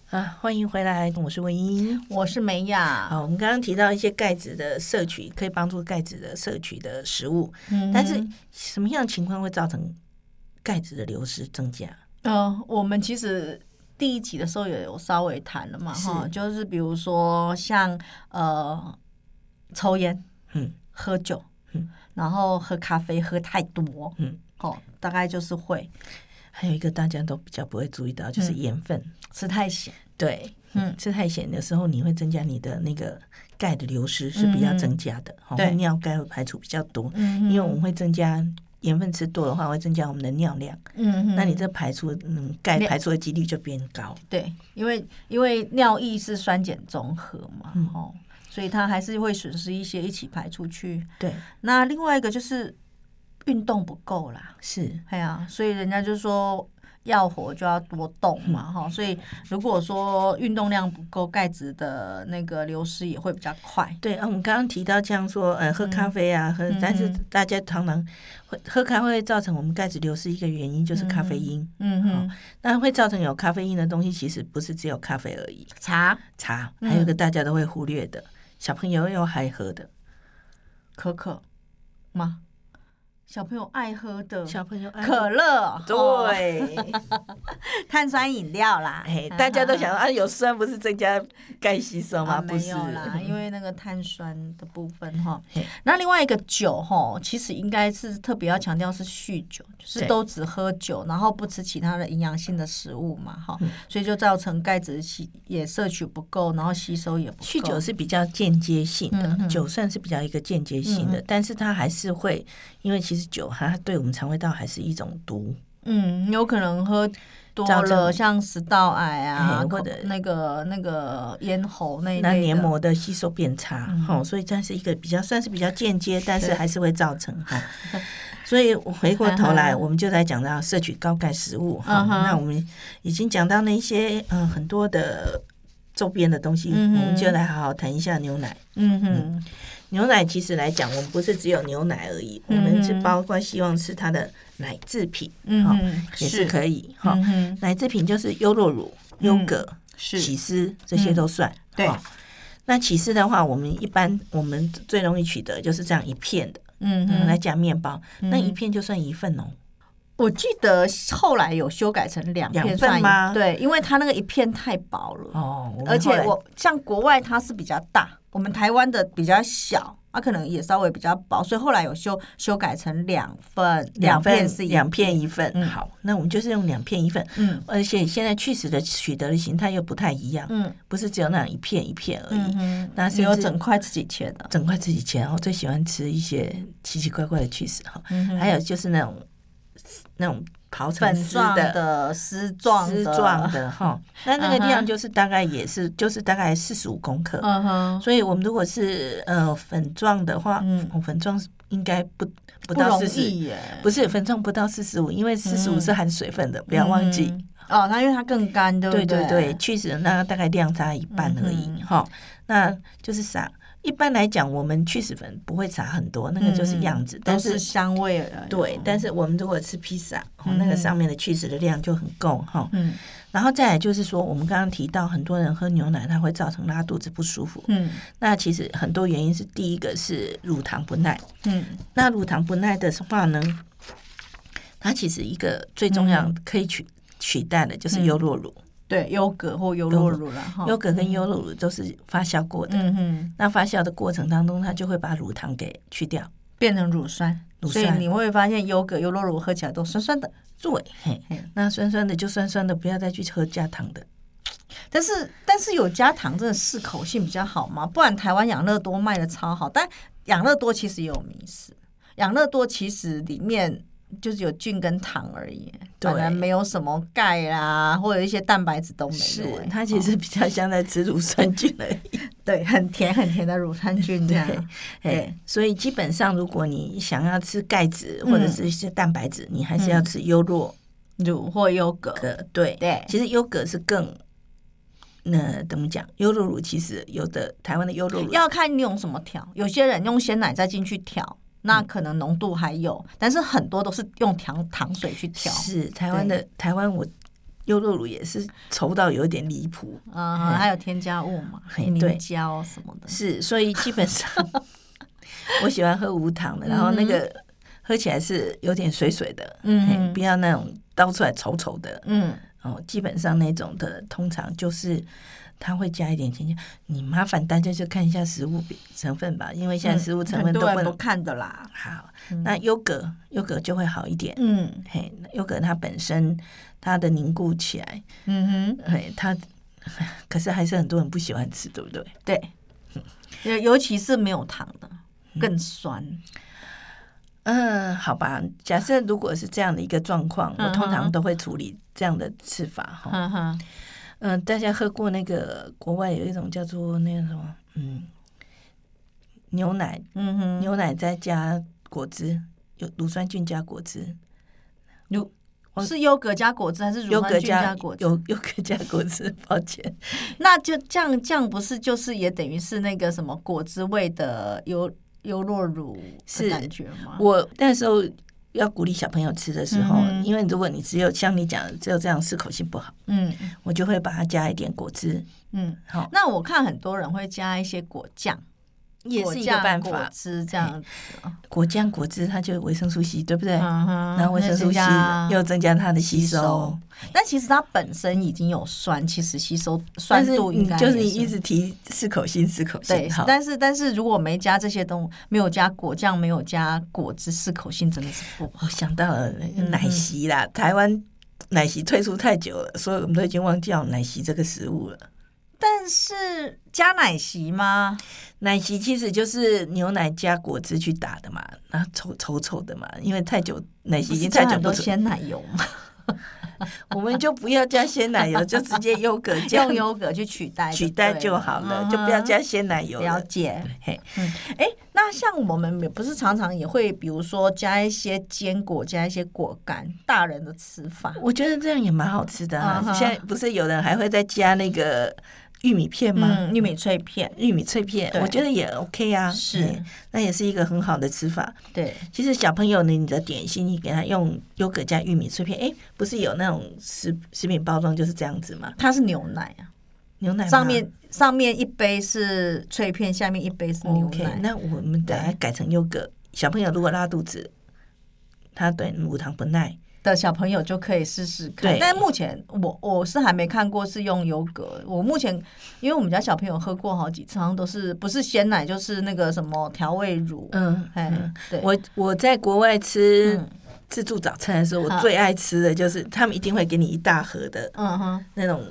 Speaker 1: 啊，欢迎回来，我是魏英。
Speaker 2: 我是梅雅，
Speaker 1: 好，我们刚刚提到一些钙质的摄取，可以帮助钙质的摄取的食物，
Speaker 2: 嗯
Speaker 1: 但是什么样的情况会造成钙质的流失增加？
Speaker 2: 呃，我们其实第一集的时候也有稍微谈了嘛，
Speaker 1: 是
Speaker 2: 哈，就是比如说像呃抽烟、
Speaker 1: 嗯，
Speaker 2: 喝酒，
Speaker 1: 嗯
Speaker 2: 然后喝咖啡喝太多，
Speaker 1: 嗯，
Speaker 2: 哦，大概就是会
Speaker 1: 还有一个大家都比较不会注意到，就是
Speaker 2: 嗯
Speaker 1: 盐分。
Speaker 2: 吃太咸，
Speaker 1: 对，
Speaker 2: 嗯
Speaker 1: 吃太咸的时候，你会增加你的那个钙的流失是比较增加的，
Speaker 2: 嗯
Speaker 1: 好、
Speaker 2: 对
Speaker 1: 尿钙会排除比较多，
Speaker 2: 嗯
Speaker 1: 因为我们会增加盐分吃多的话，会增加我们的尿量，
Speaker 2: 嗯哼
Speaker 1: 那你这排出嗯钙
Speaker 2: 尿
Speaker 1: 排出的几率就变高。
Speaker 2: 对，因为因为尿液是酸碱中和嘛，
Speaker 1: 嗯
Speaker 2: 哦，所以它还是会损失一些一起排出去。
Speaker 1: 对，
Speaker 2: 那另外一个就是运动不够啦，
Speaker 1: 是
Speaker 2: 哎呀，所以人家就说要活就要多动嘛，哈、所以如果说运动量不够，钙质的那个流失也会比较快。
Speaker 1: 对啊。我们刚刚提到这样说，呃，喝咖啡啊，喝，但是
Speaker 2: 嗯哼
Speaker 1: 大家常常会喝咖啡会造成我们钙质流失一个原因就是咖啡因，
Speaker 2: 嗯哼，
Speaker 1: 那会造成有咖啡因的东西其实不是只有咖啡而已，
Speaker 2: 茶、
Speaker 1: 茶
Speaker 2: 嗯
Speaker 1: 还有一个大家都会忽略的，小朋友又还喝的。
Speaker 2: 可可吗？小朋友爱喝的
Speaker 1: 小朋友爱
Speaker 2: 可乐，哦
Speaker 1: 对，
Speaker 2: 碳酸饮料啦。
Speaker 1: 哎，大家都想说啊，有酸不是增加钙吸收吗？
Speaker 2: 啊，
Speaker 1: 不
Speaker 2: 没
Speaker 1: 是嗯
Speaker 2: 有 啦，因为那个碳酸的部分哈
Speaker 1: 嘿。
Speaker 2: 那另外一个酒哈，其实应该是特别要强调是酗酒，就是
Speaker 1: 对
Speaker 2: 都只喝酒，然后不吃其他的营养性的食物嘛哈
Speaker 1: 嗯，
Speaker 2: 所以就造成钙质吸也摄取不够，然后吸收也不够。
Speaker 1: 酗酒是比较间接性
Speaker 2: 嗯
Speaker 1: 的，
Speaker 2: 嗯
Speaker 1: 酒算是比较一个间接性的，但是它还是会，因为其实酒它对我们肠胃道还是一种毒，
Speaker 2: 嗯，有可能喝多
Speaker 1: 造
Speaker 2: 了，
Speaker 1: 成
Speaker 2: 像食道癌啊，
Speaker 1: 嘿
Speaker 2: 口
Speaker 1: 或者
Speaker 2: 那个那个咽喉那一
Speaker 1: 那
Speaker 2: 类
Speaker 1: 黏
Speaker 2: 的。
Speaker 1: 膜的吸收变差，
Speaker 2: 嗯
Speaker 1: 哈、所以它是一个比较算是比较间 接，但是
Speaker 2: 对
Speaker 1: 还是会造成哈。 所以我回过头来， 我们就来讲到摄取高钙食物哈、
Speaker 2: 嗯哼
Speaker 1: 那我们已经讲到那些呃很多的周边的东西，
Speaker 2: 嗯哼
Speaker 1: 我们就来好好谈一下牛奶。
Speaker 2: 嗯哼，
Speaker 1: 牛奶其实来讲，我们不是只有牛奶而已，我
Speaker 2: 嗯哼
Speaker 1: 们是包括希望吃它的奶制品，
Speaker 2: 嗯
Speaker 1: 好
Speaker 2: 哼，
Speaker 1: 也是可以哈、
Speaker 2: 嗯哼，
Speaker 1: 奶制品就是优酪乳、优
Speaker 2: 嗯
Speaker 1: 格、
Speaker 2: 是嗯
Speaker 1: 起司这些都算。
Speaker 2: 对
Speaker 1: 哦那起司的话，我们一般我们最容易取得就是这样一片的，
Speaker 2: 嗯
Speaker 1: 嗯，来
Speaker 2: 哼，
Speaker 1: 加面包，
Speaker 2: 嗯
Speaker 1: 那一片就算一份哦。
Speaker 2: 我记得后来有修改成两
Speaker 1: 两
Speaker 2: 片
Speaker 1: 份
Speaker 2: 算一
Speaker 1: 吗
Speaker 2: 对，因为它那个一片太薄了，
Speaker 1: 哦，
Speaker 2: 而且我像国外它是比较大，我们台湾的比较小，它可能也稍微比较薄，所以后来有修修改成两份，
Speaker 1: 两
Speaker 2: 片
Speaker 1: 份
Speaker 2: 是一
Speaker 1: 两片一份，
Speaker 2: 嗯
Speaker 1: 好，那我们就是用两片一份。
Speaker 2: 嗯
Speaker 1: 而且现在去死的取得的形态又不太一样，
Speaker 2: 嗯
Speaker 1: 不是只有那样一片一片而
Speaker 2: 嗯
Speaker 1: 已。
Speaker 2: 哼，
Speaker 1: 那
Speaker 2: 你有
Speaker 1: 甚至
Speaker 2: 整块自己切的，
Speaker 1: 整块自己切，我最喜欢吃一些奇奇怪怪的去死哈，
Speaker 2: 嗯哼
Speaker 1: 还有就是那种那种刨成
Speaker 2: 粉
Speaker 1: 丝
Speaker 2: 状
Speaker 1: 的
Speaker 2: 的、丝状
Speaker 1: 丝
Speaker 2: 的
Speaker 1: 状，的哈。那那个
Speaker 2: 嗯哼
Speaker 1: 量就是大概也是就是大概四十五公克，
Speaker 2: 嗯哼，
Speaker 1: 所以我们如果是呃粉状的话，
Speaker 2: 嗯
Speaker 1: 哦粉状应该不不
Speaker 2: 不
Speaker 1: 到
Speaker 2: 容
Speaker 1: 四十，
Speaker 2: 易耶，
Speaker 1: 不是粉状不到四十五，因为四十五
Speaker 2: 嗯
Speaker 1: 是含水分的，不要忘记。
Speaker 2: 嗯哦，它因为它更干，对不
Speaker 1: 对
Speaker 2: 对
Speaker 1: 对对，去脂那大概量差一半而已
Speaker 2: 嗯
Speaker 1: 哈、那就是撒。一般来讲，我们去脂粉不会撒很多，那个就是样子。
Speaker 2: 嗯
Speaker 1: 但
Speaker 2: 都是香味了，
Speaker 1: 对，但是我们如果吃披萨，哦
Speaker 2: 嗯
Speaker 1: 那个上面的去脂的量就很够哈。
Speaker 2: 嗯
Speaker 1: 然后再来就是说，我们刚刚提到很多人喝牛奶，它会造成拉肚子不舒服。
Speaker 2: 嗯
Speaker 1: 那其实很多原因是，第一个是乳糖不耐。
Speaker 2: 嗯
Speaker 1: 那乳糖不耐的话呢，它其实一个最重要
Speaker 2: 嗯
Speaker 1: 可以取、取代的就是优酪乳，
Speaker 2: 对，优格或优酪乳了哈，
Speaker 1: 优格跟优酪乳都是发酵过的。
Speaker 2: 哦嗯哼，
Speaker 1: 那发酵的过程当中，它就会把乳糖给去掉。
Speaker 2: 变成乳酸，
Speaker 1: 乳
Speaker 2: 所以
Speaker 1: 酸
Speaker 2: 你会发现优格、优酪乳喝起来都酸酸的，
Speaker 1: 对，嘿
Speaker 2: 嘿，
Speaker 1: 那酸酸的就酸酸的，不要再去喝加糖的。
Speaker 2: 但是但是有加糖真的适口性比较好嘛？不然台湾养乐多卖的超好，但养乐多其实也有迷思，养乐多其实里面就是有菌跟糖而已，
Speaker 1: 对
Speaker 2: 反而没有什么钙啦，或者一些蛋白质都没有、
Speaker 1: 是
Speaker 2: 哎，
Speaker 1: 它其
Speaker 2: 哦
Speaker 1: 实比较像在吃乳酸菌而已。
Speaker 2: 对很甜很甜的乳酸菌这 样，
Speaker 1: 哎
Speaker 2: 对，啊
Speaker 1: 所以基本上，如果你想要吃钙质或者是一些蛋白质，你还是要吃优酪
Speaker 2: 嗯乳或优格，
Speaker 1: 格。对，
Speaker 2: 对
Speaker 1: 其实优格是更，那怎么讲？优酪乳其实有的台湾的优酪乳
Speaker 2: 要看你用什么调，有些人用鲜奶再进去调。那
Speaker 1: 嗯
Speaker 2: 可能浓度还有，但是很多都是用糖糖水去调，
Speaker 1: 是台湾的台湾我。优酪乳也是稠到有点离谱，
Speaker 2: 嗯，还有添加物嘛，
Speaker 1: 嘿对
Speaker 2: 凝胶什么的。
Speaker 1: 是，所以基 本上我喜欢喝无糖的，然后那个喝起来是有点水水的，
Speaker 2: 嗯
Speaker 1: 嘿不要那种倒出来稠稠的，
Speaker 2: 嗯，
Speaker 1: 哦，基本上那种的通常就是它会加一点添加。你麻烦大家就看一下食物比成分吧，因为现在食物成
Speaker 2: 嗯很
Speaker 1: 分都
Speaker 2: 多
Speaker 1: 不
Speaker 2: 人
Speaker 1: 能、
Speaker 2: 不看的啦。
Speaker 1: 好。
Speaker 2: 嗯
Speaker 1: 那优格优格就会好一点。
Speaker 2: 嗯
Speaker 1: 嘿，优格它本身它的凝固起来，
Speaker 2: 嗯哼，
Speaker 1: 嘿，它可是还是很多人不喜欢吃，对不对？
Speaker 2: 对，尤尤其是没有糖的更酸。
Speaker 1: 嗯，好吧。假设如果是这样的一个状况，我通
Speaker 2: 嗯
Speaker 1: 常
Speaker 2: 哼嗯
Speaker 1: 都会处理这样的吃法哈。
Speaker 2: 哈哈，
Speaker 1: 嗯，大家喝过那个国外有一种叫做那个什么，嗯，牛奶，
Speaker 2: 嗯哼，
Speaker 1: 牛奶再加果汁，有乳酸菌加果汁，
Speaker 2: 乳是优格加果汁还是乳
Speaker 1: 优
Speaker 2: 酸
Speaker 1: 格
Speaker 2: 菌加果汁？
Speaker 1: 有优格加果汁，抱歉，
Speaker 2: 那就酱酱不是就是也等于是那个什么果汁味的优优酪乳的
Speaker 1: 是
Speaker 2: 感觉吗？
Speaker 1: 我那时候。要鼓励小朋友吃的时候，
Speaker 2: 嗯哼
Speaker 1: 因为如果你只有像你讲的只有这样适口性不好，
Speaker 2: 嗯
Speaker 1: 我就会把它加一点果汁，
Speaker 2: 嗯，
Speaker 1: 好
Speaker 2: 那我看很多人会加一些果酱。
Speaker 1: 也
Speaker 2: 果
Speaker 1: 是一个
Speaker 2: 酱
Speaker 1: 办
Speaker 2: 果
Speaker 1: 法。
Speaker 2: 汁这样子，
Speaker 1: 果酱、果汁，它就有维生素 C，对不对？
Speaker 2: 嗯哼
Speaker 1: 然后维生素 C 又增加它的吸收，。
Speaker 2: 但其实它本身已经有酸，其实吸收酸
Speaker 1: 但是
Speaker 2: 度
Speaker 1: 你
Speaker 2: 应该
Speaker 1: 就是
Speaker 2: 也
Speaker 1: 你一直提适口性，适口
Speaker 2: 对
Speaker 1: 性，好，
Speaker 2: 但是但是如果没加这些东，没有加果酱，没有加果汁，适口性真的是不好。
Speaker 1: 我想到了
Speaker 2: 嗯
Speaker 1: 那个奶昔啦，台湾奶昔退出太久了，所以我们都已经忘记有奶昔这个食物了。
Speaker 2: 但是加奶昔吗？
Speaker 1: 奶昔其实就是牛奶加果汁去打的嘛，然后稠稠稠的嘛，因为太久奶昔已经
Speaker 2: 不是
Speaker 1: 太
Speaker 2: 加
Speaker 1: 久
Speaker 2: 很
Speaker 1: 不
Speaker 2: 多
Speaker 1: 存，
Speaker 2: 鲜奶油嘛，
Speaker 1: 我们就不要加鲜奶油，就直接优格 酱
Speaker 2: 用优格去取代
Speaker 1: 取代
Speaker 2: 哎对
Speaker 1: 就
Speaker 2: 了
Speaker 1: 好了，
Speaker 2: 嗯
Speaker 1: 就不要
Speaker 2: 哼
Speaker 1: 加鲜奶油
Speaker 2: 了
Speaker 1: 了。
Speaker 2: 解。
Speaker 1: 嘿，
Speaker 2: 哎，那像我们也不是常常也会，比如说加一些坚果，加一些果干，大人的吃法。
Speaker 1: 我觉得这样也蛮好吃的啊
Speaker 2: 嗯！哼
Speaker 1: 现在不是有人还会再加那个玉米片吗？
Speaker 2: 嗯，玉米脆片，
Speaker 1: 玉米脆片，
Speaker 2: 对
Speaker 1: 我觉得也 OK 啊，
Speaker 2: 是
Speaker 1: 嗯，那也是一个很好的吃法。
Speaker 2: 对，
Speaker 1: 其实小朋友呢，你的点心你给他用优格加玉米碎片，哎，不是有那种食食品包装就是这样子吗？
Speaker 2: 它是牛奶啊，
Speaker 1: 牛奶吗
Speaker 2: 上面上面一杯是脆片，下面一杯是牛
Speaker 1: 哦 OK，
Speaker 2: 奶。
Speaker 1: 那我们等下
Speaker 2: 对
Speaker 1: 改成优格。小朋友如果拉肚子，他对乳糖不耐，
Speaker 2: 的小朋友就可以试试看
Speaker 1: 对，
Speaker 2: 但目前我我是还没看过是用优格。我目前因为我们家小朋友喝过好几次，好像都是不是鲜奶就是那个什么调味乳。
Speaker 1: 嗯，
Speaker 2: 哎、对，
Speaker 1: 我我在国外吃
Speaker 2: 嗯
Speaker 1: 自助早餐的时候，我
Speaker 2: 啊
Speaker 1: 最爱吃的就是他们一定会给你一大盒的
Speaker 2: 嗯哼，
Speaker 1: 那种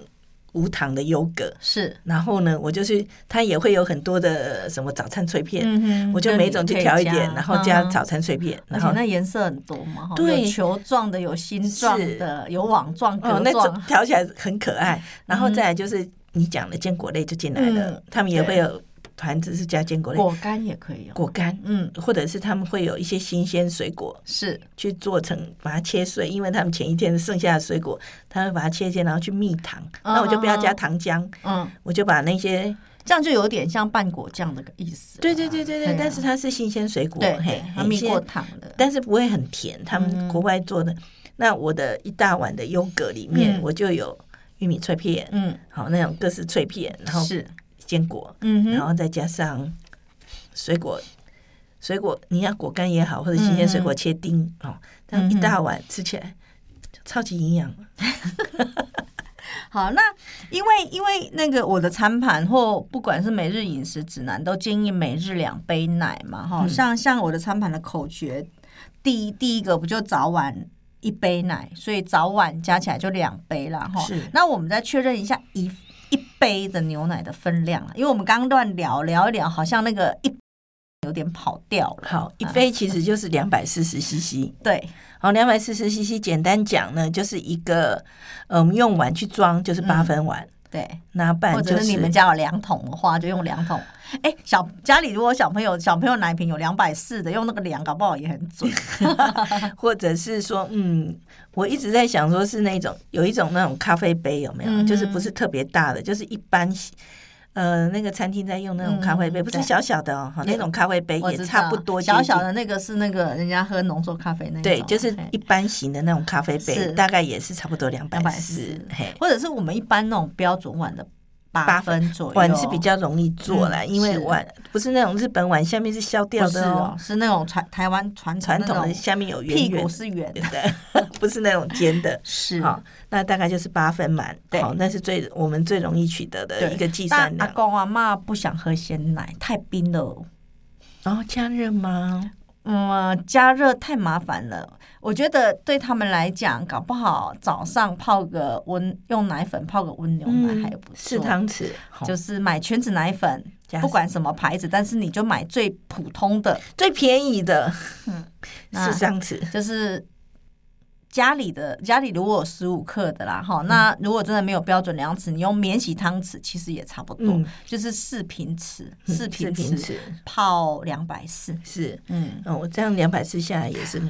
Speaker 1: 无糖的优格。
Speaker 2: 是，
Speaker 1: 然后呢，我就去，它也会有很多的什么早餐脆片，
Speaker 2: 嗯哼，
Speaker 1: 我就每种去调一点，然后加
Speaker 2: 草。嗯
Speaker 1: 早餐碎片，
Speaker 2: 而
Speaker 1: 然
Speaker 2: 且
Speaker 1: 后
Speaker 2: 那颜色很多嘛，哈
Speaker 1: 对
Speaker 2: 有球状的，有心状的，有网状、
Speaker 1: 哦，
Speaker 2: 格
Speaker 1: 那
Speaker 2: 状
Speaker 1: 种，调起来很可爱。然后再来就是你讲的坚果类就进来了
Speaker 2: 嗯，
Speaker 1: 他们也
Speaker 2: 对
Speaker 1: 会有团子是加坚果类
Speaker 2: 果干也可以用。
Speaker 1: 果干，
Speaker 2: 嗯，
Speaker 1: 或者是他们会有一些新鲜水果
Speaker 2: 是
Speaker 1: 去做成，把它切碎，因为他们前一天剩下的水果，他会把它切切，然后去蜜糖。
Speaker 2: 嗯
Speaker 1: 那我就不要加糖浆，
Speaker 2: 嗯，
Speaker 1: 我就把那些
Speaker 2: 这样就有点像拌果酱的意思啦。
Speaker 1: 对对对对
Speaker 2: 对
Speaker 1: 对
Speaker 2: 啊，
Speaker 1: 但是它是新鲜水果，
Speaker 2: 对，
Speaker 1: 嘿
Speaker 2: 对，它
Speaker 1: 很
Speaker 2: 蜜
Speaker 1: 鲜
Speaker 2: 过糖的。
Speaker 1: 但是不会很甜。他们国外做的，那我的一大碗的优格里面，
Speaker 2: 嗯
Speaker 1: 我就有玉米脆片，
Speaker 2: 嗯，
Speaker 1: 好那种各式脆片，然后
Speaker 2: 是，
Speaker 1: 坚果，
Speaker 2: 嗯
Speaker 1: 然
Speaker 2: 哼，
Speaker 1: 后再加上水果，水果你要果干也好，或者新鲜水果切丁哦，这样一大碗吃起来超级营养。
Speaker 2: 好，那因为因为那个我的餐盘或不管是每日饮食指南都建议每日两杯奶嘛，
Speaker 1: 嗯
Speaker 2: 哈、像像我的餐盘的口诀，第一第一个不就早晚一杯奶，所以早晚加起来就两杯啦，哈
Speaker 1: 是。
Speaker 2: 那我们再确认一下一一杯的牛奶的分量啦，啊因为我们刚刚乱聊聊一聊，好像那个一有点跑掉了，
Speaker 1: 好，一杯其实就是两百四十 CC。
Speaker 2: 对，
Speaker 1: 好，两百四十 CC，简单讲呢，就是一个，呃，我们用碗去装就是八分碗，
Speaker 2: 对。
Speaker 1: 那半
Speaker 2: 嗯或
Speaker 1: 嗯就
Speaker 2: 者
Speaker 1: 是
Speaker 2: 是你们家有两桶的话，就用两桶。哎、小家里如果小朋友小朋友奶瓶有两百四的，用那个量搞不好也很准。
Speaker 1: 或者是说，嗯，我一直在想，说是那种有一种那种咖啡杯有没有？
Speaker 2: 嗯哼
Speaker 1: 就是不是特别大的，就是一般，呃，那个餐厅在用那种咖啡杯，
Speaker 2: 嗯
Speaker 1: 不是
Speaker 2: 对
Speaker 1: 小小的哦，哈那种咖啡杯
Speaker 2: 我
Speaker 1: 也
Speaker 2: 知道
Speaker 1: 差不多，
Speaker 2: 小小，的那个是那个人家喝浓缩咖啡那一种啊
Speaker 1: 对，就是
Speaker 2: 嘿
Speaker 1: 一般型的那种咖啡杯
Speaker 2: 是，
Speaker 1: 大概也是差不多两百四
Speaker 2: 240，
Speaker 1: 嘿。
Speaker 2: 或者是我们一般那种标准碗的八
Speaker 1: 八
Speaker 2: 分左右，
Speaker 1: 碗是比较容易做啦，
Speaker 2: 哦嗯
Speaker 1: 因为
Speaker 2: 是
Speaker 1: 碗不是那种日本碗，下面是削掉
Speaker 2: 不是
Speaker 1: 的
Speaker 2: 哦
Speaker 1: 哦，，
Speaker 2: 是那种传台湾传
Speaker 1: 传
Speaker 2: 统
Speaker 1: 统
Speaker 2: 那
Speaker 1: 的
Speaker 2: 种
Speaker 1: 下面有圆
Speaker 2: 屁
Speaker 1: 圆
Speaker 2: 股
Speaker 1: 的，
Speaker 2: 是圆的，
Speaker 1: 对，不是那种尖的。
Speaker 2: 是
Speaker 1: 好，那大概就是八分满，
Speaker 2: 对
Speaker 1: 好，那是最我们最容易取得的
Speaker 2: 对
Speaker 1: 一个计算
Speaker 2: 但阿
Speaker 1: 量。
Speaker 2: 公阿妈不想喝鲜奶，太冰了。哦
Speaker 1: 然后哦加热吗？
Speaker 2: 嗯，加热太麻烦了。我觉得对他们来讲，搞不好早上泡个温，用奶粉泡个温牛奶
Speaker 1: 嗯
Speaker 2: 还不错。
Speaker 1: 四汤匙，好
Speaker 2: 就是买全脂奶粉
Speaker 1: 加，
Speaker 2: 不管什么牌子，但是你就买最普通的，
Speaker 1: 最便宜的，
Speaker 2: 嗯那
Speaker 1: 四汤匙。
Speaker 2: 就是家里的家里如果有十五克的啦，哈，那如果真的没有标准量尺，你用免洗汤匙其实也差不多，
Speaker 1: 嗯
Speaker 2: 就是四平匙，
Speaker 1: 嗯
Speaker 2: 四平
Speaker 1: 四平
Speaker 2: 匙
Speaker 1: 匙
Speaker 2: 泡两百四，
Speaker 1: 是，
Speaker 2: 嗯，
Speaker 1: 嗯，我这样两百次下来也是，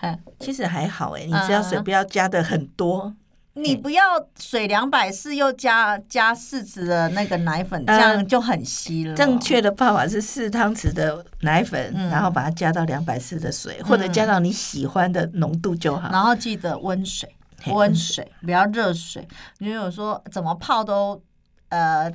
Speaker 2: 哎
Speaker 1: 其实还好哎，你
Speaker 2: 嗯
Speaker 1: 只要水不要加的很多，
Speaker 2: 你不要水两百四又加加四匙的那个奶粉，这样就很稀了。
Speaker 1: 正确的办法是四汤匙的奶粉，
Speaker 2: 嗯
Speaker 1: 然后把它加到两百四的水，或者加到你喜欢的浓度就好。
Speaker 2: 然后记得温水，
Speaker 1: 嘿
Speaker 2: 温水不要热水。你有说怎么泡都呃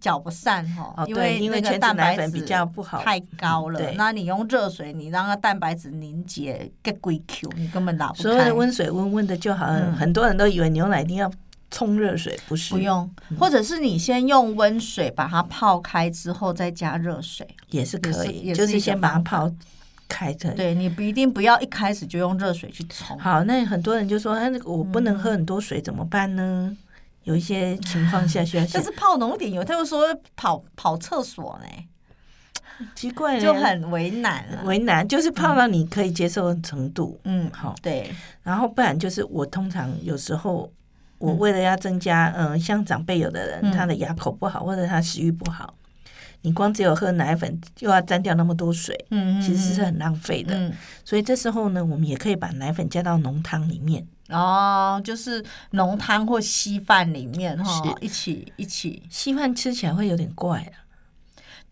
Speaker 2: 搅不散哈、
Speaker 1: 哦
Speaker 2: 因
Speaker 1: 对
Speaker 2: 为
Speaker 1: 因
Speaker 2: 那
Speaker 1: 为
Speaker 2: 个
Speaker 1: 全脂
Speaker 2: 蛋白
Speaker 1: 奶粉比
Speaker 2: 质
Speaker 1: 较不好嗯
Speaker 2: 太高了
Speaker 1: 对。
Speaker 2: 那你用热水，你让它蛋白质凝结给归 Q，你根本打不
Speaker 1: 所有
Speaker 2: 开
Speaker 1: 的。温水温温的就好了。
Speaker 2: 嗯
Speaker 1: 很多人都以为牛奶一定要冲热水，不是？
Speaker 2: 不用，
Speaker 1: 嗯
Speaker 2: 或者是你先用温水把它泡开之后再加热水。
Speaker 1: 也是可以，
Speaker 2: 也是也是
Speaker 1: 就
Speaker 2: 一个
Speaker 1: 是先把它泡开的。。
Speaker 2: 对你不一定不要一开始就用热水去冲。
Speaker 1: 好，那很多人就说：“哎，那个我不能喝很多水，怎么办呢？”有一些情况下需要想，
Speaker 2: 嗯但是泡浓一点油，他又说跑跑厕所呢，
Speaker 1: 奇怪了，
Speaker 2: 就很嗯为难了。
Speaker 1: 为难，就是泡到你可以接受的程度。
Speaker 2: 嗯，
Speaker 1: 好，
Speaker 2: 对，
Speaker 1: 然后不然就是我通常有时候。我为了要增加，嗯、像长辈有的人，
Speaker 2: 嗯
Speaker 1: 他的牙口不好，或者他食欲不好，你光只有喝奶粉，又要沾掉那么多水，
Speaker 2: 嗯，嗯
Speaker 1: 其实是很浪费的。
Speaker 2: 嗯
Speaker 1: 所以这时候呢，我们也可以把奶粉加到浓汤里面。
Speaker 2: 哦，就是浓汤或稀饭里面哈
Speaker 1: 是，
Speaker 2: 一起一起，
Speaker 1: 稀饭吃起来会有点怪啊，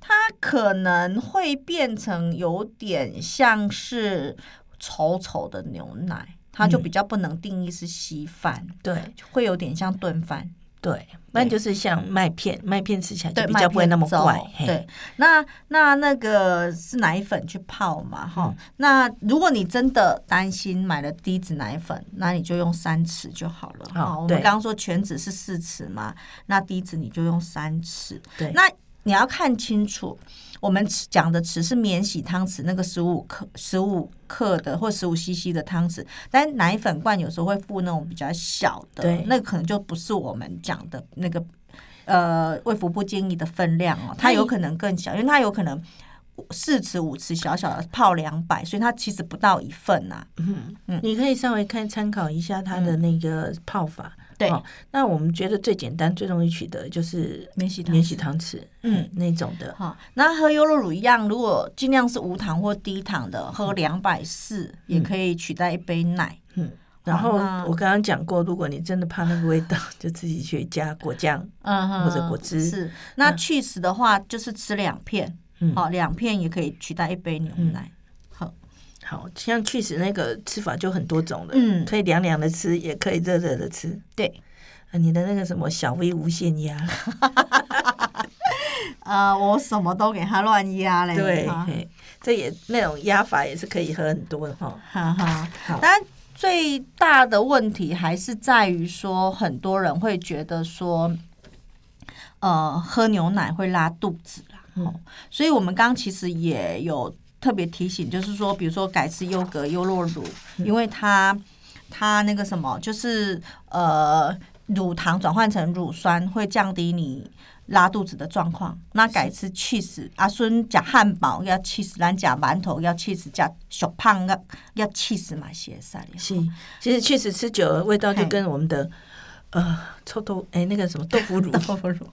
Speaker 2: 它可能会变成有点像是稠稠的牛奶，它就
Speaker 1: 嗯
Speaker 2: 比较不能定义是稀饭，
Speaker 1: 对
Speaker 2: 会有点像炖饭。
Speaker 1: 对，不然就是像麦片，麦片吃起来就
Speaker 2: 对，
Speaker 1: 比较不会那么
Speaker 2: 麦片
Speaker 1: 怪
Speaker 2: 粥。
Speaker 1: 嘿，
Speaker 2: 对，那那那个是奶粉去泡嘛，哈、
Speaker 1: 嗯
Speaker 2: 那如果你真的担心买了低脂奶粉，那你就用三匙就好了。哈、
Speaker 1: 哦
Speaker 2: 我们
Speaker 1: 对
Speaker 2: 刚刚说全脂是四匙嘛，那低脂你就用三匙。
Speaker 1: 对
Speaker 2: 那你要看清楚。我们吃讲的匙是免洗汤匙，那个十五克、十五克的或十五 CC 的汤匙，但奶粉罐有时候会附那种比较小的，
Speaker 1: 对
Speaker 2: 那可能就不是我们讲的那个呃卫福部建议的分量哦，它
Speaker 1: 那你
Speaker 2: 有可能更小，因为它有可能四匙五匙小小的泡两百，所以它其实不到一份啊呐、
Speaker 1: 你可以稍微看参考一下它的那个泡法。
Speaker 2: 对
Speaker 1: 哦那我们觉得最简单、最容易取得就是
Speaker 2: 免洗汤匙
Speaker 1: 免洗汤匙，
Speaker 2: 嗯
Speaker 1: 嗯，那种的。
Speaker 2: 好，那喝优酪乳一样，如果尽量是无糖或低糖的，喝两百四也可以取代一杯奶。
Speaker 1: 嗯然后
Speaker 2: 那
Speaker 1: 我刚刚讲过，如果你真的怕那个味道， 就自己去加果酱。
Speaker 2: 嗯哼，
Speaker 1: 或者果汁
Speaker 2: 是。嗯那 cheese 的话，就是吃两片，
Speaker 1: 嗯
Speaker 2: 好，两片也可以取代一杯牛奶。好，
Speaker 1: 好像去死那个吃法就很多种了，
Speaker 2: 嗯
Speaker 1: 可以凉凉的吃，也可以热热的吃。
Speaker 2: 对，
Speaker 1: 啊，你的那个什么小 V 无限压，
Speaker 2: 呃，我什么都给它乱压嘞
Speaker 1: 对，
Speaker 2: 哈
Speaker 1: 嘿这也那种压法也是可以喝很多的哈。
Speaker 2: 哈哈
Speaker 1: 好，
Speaker 2: 但最大的问题还是在于说，很多人会觉得说，呃，喝牛奶会拉肚子啦。哦，所以我们刚刚其实也有特别提醒，就是说，比如说改吃优格、优酪乳，因为它它那个什么，就是呃，乳糖转换成乳酸会降低你。拉肚子的状况，那改吃 cheese，阿孙假汉堡要 cheese，咱假馒头要 cheese，假小胖要要 cheese 嘛，些啥的。
Speaker 1: 是，其实去死吃久了，味道就跟我们的呃臭豆哎那个什么豆腐乳豆腐乳，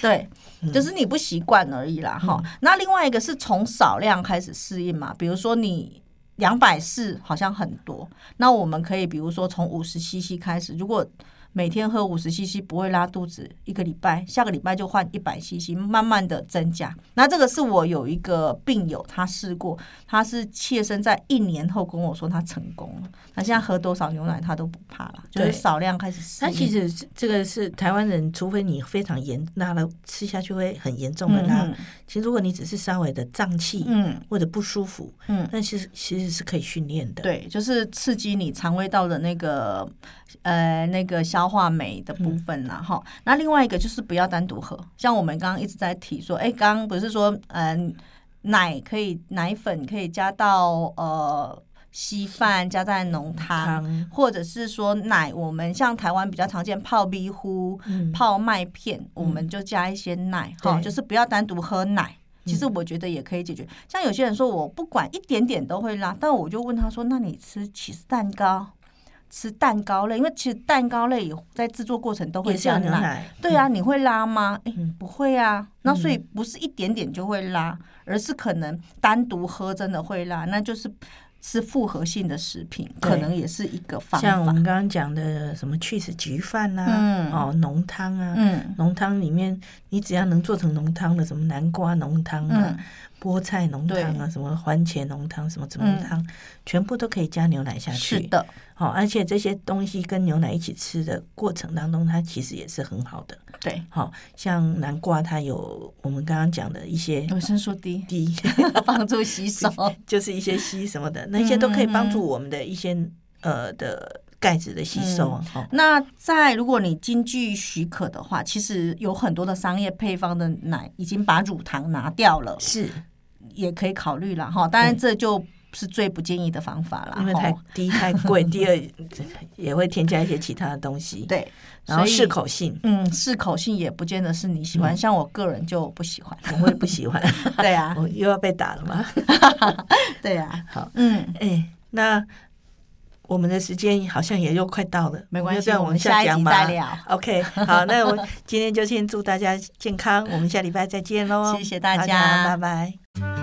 Speaker 2: 对，
Speaker 1: 嗯
Speaker 2: 就是你不习惯而已啦，哈、那另外一个是从少量开始适应嘛，比如说你两百四好像很多，那我们可以比如说从五十 CC 开始，如果每天喝五十 CC 不会拉肚子，一个礼拜，下个礼拜就换一百 CC，慢慢的增加。那这个是我有一个病友，他试过，他是切身在一年后跟我说他成功了，他现在喝多少牛奶他都不怕了，就是
Speaker 1: 对
Speaker 2: 少量开始适
Speaker 1: 它
Speaker 2: 应。
Speaker 1: 其实是这个是台湾人，除非你非常严拉了吃下去会很严重的拉，
Speaker 2: 嗯
Speaker 1: 其实如果你只是稍微的胀气
Speaker 2: 嗯
Speaker 1: 或者不舒服，
Speaker 2: 嗯，
Speaker 1: 那其实其实是可以训练的。
Speaker 2: 对，就是刺激你肠胃道的那个呃那个消化酶的
Speaker 1: 嗯
Speaker 2: 部分啦，哈、那另外一个就是不要单独喝，像我们刚刚一直在提说，哎，刚刚不是说嗯、奶可以奶粉可以加到呃稀饭，加在浓汤。
Speaker 1: 汤
Speaker 2: 或者是说奶，我们像台湾比较常见泡米糊、
Speaker 1: 嗯
Speaker 2: 泡麦片，我们就加一些奶哈、
Speaker 1: 对
Speaker 2: 就是不要单独喝奶。其
Speaker 1: 嗯
Speaker 2: 实我觉得也可以解决。像有些人说我不管一点点都会拉，但我就问他说：“那你吃起司蛋糕，吃蛋糕类，因为其实蛋糕类也在制作过程都会
Speaker 1: 也是
Speaker 2: 加
Speaker 1: 有牛奶，
Speaker 2: 对啊，你会拉吗？哎、
Speaker 1: 嗯
Speaker 2: 不会啊。那所以不是一点点就会拉，而是可能单独喝真的会拉，那就是吃复合性的食品，
Speaker 1: 对
Speaker 2: 可能也是一个方
Speaker 1: 像我
Speaker 2: 法
Speaker 1: 们。刚刚讲的什么去死焗饭啦、
Speaker 2: 嗯
Speaker 1: 哦浓汤啊，
Speaker 2: 嗯
Speaker 1: 浓汤里面你只要能做成浓汤的，什么南瓜浓汤啊、菠菜浓汤啊，
Speaker 2: 嗯对嗯
Speaker 1: 什么番茄浓汤，什么什么汤，全部都可以加牛奶下
Speaker 2: 是，
Speaker 1: 去。
Speaker 2: 的，
Speaker 1: 好、而且这些东西跟牛奶一起吃的过程当中，它其实也是很好的。
Speaker 2: 对，
Speaker 1: 好、像南瓜它有我们刚刚讲的一些
Speaker 2: 维生素 D
Speaker 1: 低，
Speaker 2: 帮助洗手，
Speaker 1: 就是一些硒什么的，那些都可以帮
Speaker 2: 嗯
Speaker 1: 助我们的一些呃的钙质的吸收
Speaker 2: 嗯
Speaker 1: 啊。好、
Speaker 2: 那在如果你经济许可的话，其实有很多的商业配方的奶已经把乳糖拿掉了，
Speaker 1: 是
Speaker 2: 也可以考虑了哈。当然这就是最不建议的方法啦，
Speaker 1: 因为太
Speaker 2: 哈
Speaker 1: 第一太贵，第二也会添加一些其他的东西，，
Speaker 2: 对，
Speaker 1: 然后
Speaker 2: 所以
Speaker 1: 适口性。
Speaker 2: 嗯，适口性也不见得是你喜欢，像我个人就不喜欢。
Speaker 1: 我也不喜欢，
Speaker 2: 对啊，
Speaker 1: 我又要被打 了吗？
Speaker 2: 对啊，
Speaker 1: 好，
Speaker 2: 嗯，
Speaker 1: 哎，那我们的时间好像也又快到了，
Speaker 2: 没关
Speaker 1: 要
Speaker 2: 系
Speaker 1: 再，
Speaker 2: 我
Speaker 1: 往
Speaker 2: 们下一
Speaker 1: 讲
Speaker 2: 集
Speaker 1: 吧
Speaker 2: 再。聊。
Speaker 1: OK，好，那我今天就先祝大家健康，我们下礼拜再见喽，
Speaker 2: 谢谢大家
Speaker 1: 拜拜。